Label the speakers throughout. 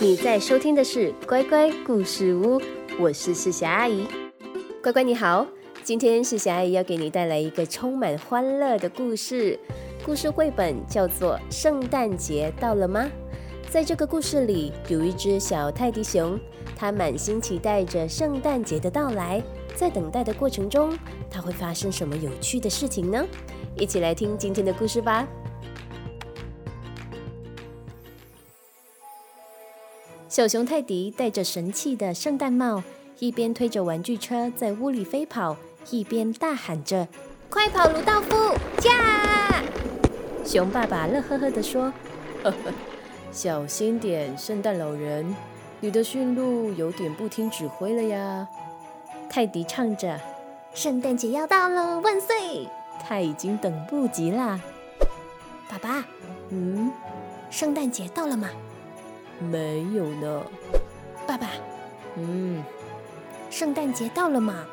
Speaker 1: 你在收听的是《乖乖故事屋》，我是世霞阿姨。乖乖你好，今天世霞阿姨要给你带来一个充满欢乐的故事。故事绘本叫做《圣诞节到了吗》。在这个故事里，有一只小泰迪熊，它满心期待着圣诞节的到来。在等待的过程中，它会发生什么有趣的事情呢？一起来听今天的故事吧。小熊泰迪戴着神气的圣诞帽，一边推着玩具车在屋里飞跑，一边大喊着：“快跑，鲁道夫！驾！”熊爸爸乐呵呵地说：“呵呵，小心点，圣诞老人，你的驯鹿有点不听指挥了呀。”泰迪唱着：“圣诞节要到了，万岁！”他已经等不及啦。爸爸，嗯，圣诞节到了吗？没有呢。爸爸，嗯，圣诞节到了吗？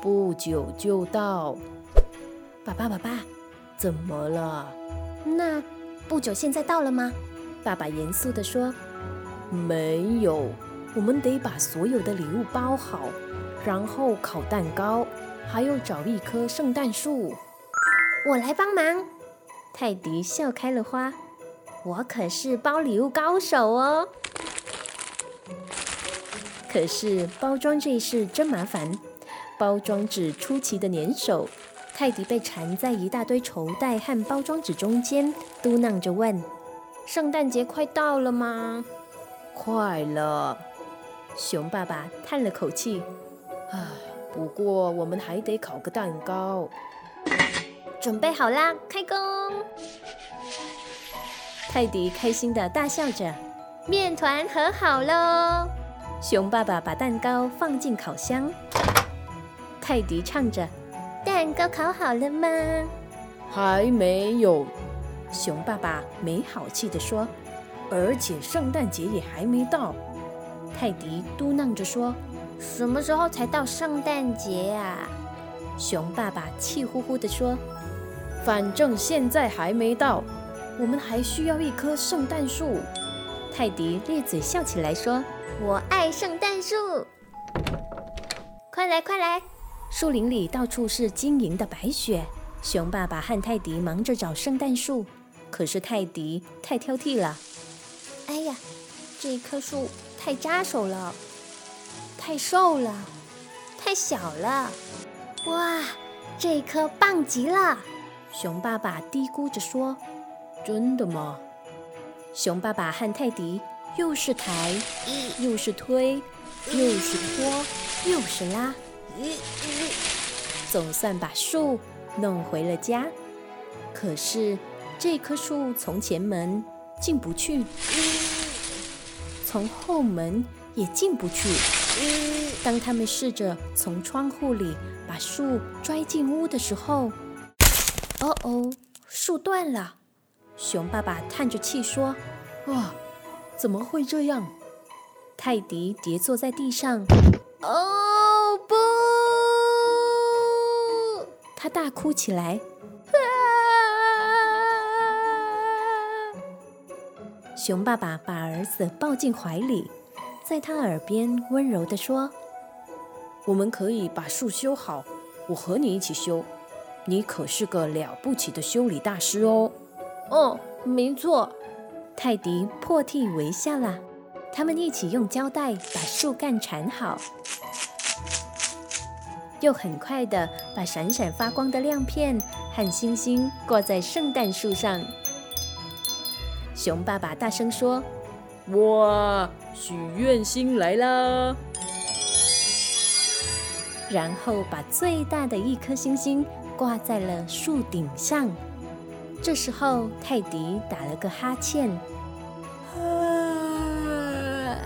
Speaker 1: 不久就到。爸爸，爸爸，怎么了？那不久现在到了吗？爸爸严肃地说：“没有，我们得把所有的礼物包好，然后烤蛋糕，还要找一棵圣诞树。”我来帮忙。泰迪笑开了花。我可是包礼物高手哦。可是包装这事真麻烦，包装纸出奇的粘手，泰迪被缠在一大堆绸带和包装纸中间，嘟囔着问：“圣诞节快到了吗？”“快了。”熊爸爸叹了口气：“啊，不过我们还得烤个蛋糕。”准备好啦，开工！泰迪开心的大笑着。面团和好喽！熊爸爸把蛋糕放进烤箱。泰迪唱着：“蛋糕烤好了吗？”还没有。熊爸爸没好气地说：“而且圣诞节也还没到。”泰迪嘟囔着说：“什么时候才到圣诞节啊呀、熊爸爸气呼呼地说：“反正现在还没到，我们还需要一棵圣诞树。”泰迪咧嘴笑起来说：“我爱圣诞树！”快来，快来！树林里到处是晶莹的白雪。熊爸爸和泰迪忙着找圣诞树，可是泰迪太挑剔了。哎呀，这棵树太扎手了，太瘦了，太小了。哇，这棵棒极了！熊爸爸嘀咕着说：“真的吗？”熊爸爸和泰迪又是抬，又是推，又是拖，又是拉，总算把树弄回了家。可是这棵树从前门进不去，从后门也进不去。当他们试着从窗户里把树拽进屋的时候，哦哦，树断了。熊爸爸叹着气说：“啊，怎么会这样？”泰迪跌坐在地上，哦不！他大哭起来。啊熊爸爸把儿子抱进怀里，在他耳边温柔地说：“我们可以把树修好，我和你一起修。你可是个了不起的修理大师哦。”“哦，没错。”泰迪破涕为笑啦。他们一起用胶带把树干缠好，又很快地把闪闪发光的亮片和星星挂在圣诞树上。熊爸爸大声说：“
Speaker 2: 哇，许愿星来啦！
Speaker 1: 然后把最大的一颗星星挂在了树顶上。这时候，泰迪打了个哈欠。
Speaker 2: 啊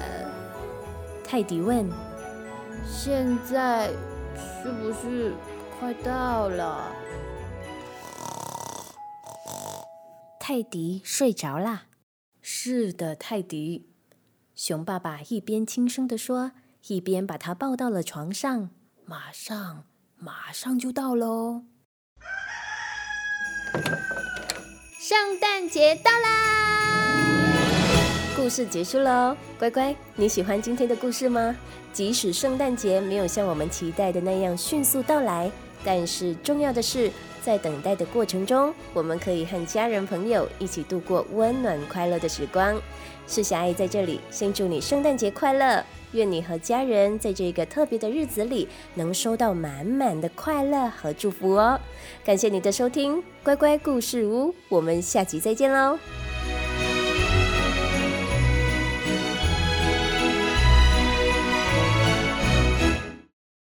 Speaker 1: 泰迪问
Speaker 2: 现在是不是快到了？：“
Speaker 1: 泰迪睡着啦？”“是的，泰迪。”熊爸爸一边轻声地说，一边把他抱到了床上。“马上，马上就到喽！”圣诞节到啦！故故事结束喽，乖乖，你喜欢今天的故事吗？即使圣诞节没有像我们期待的那样迅速到来，但是重要的是，在等待的过程中，我们可以和家人朋友一起度过温暖快乐的时光。是小爱在这里先祝你圣诞节快乐，愿你和家人在这个特别的日子里能收到满满的快乐和祝福哦。感谢你的收听，乖乖故事屋，我们下集再见喽。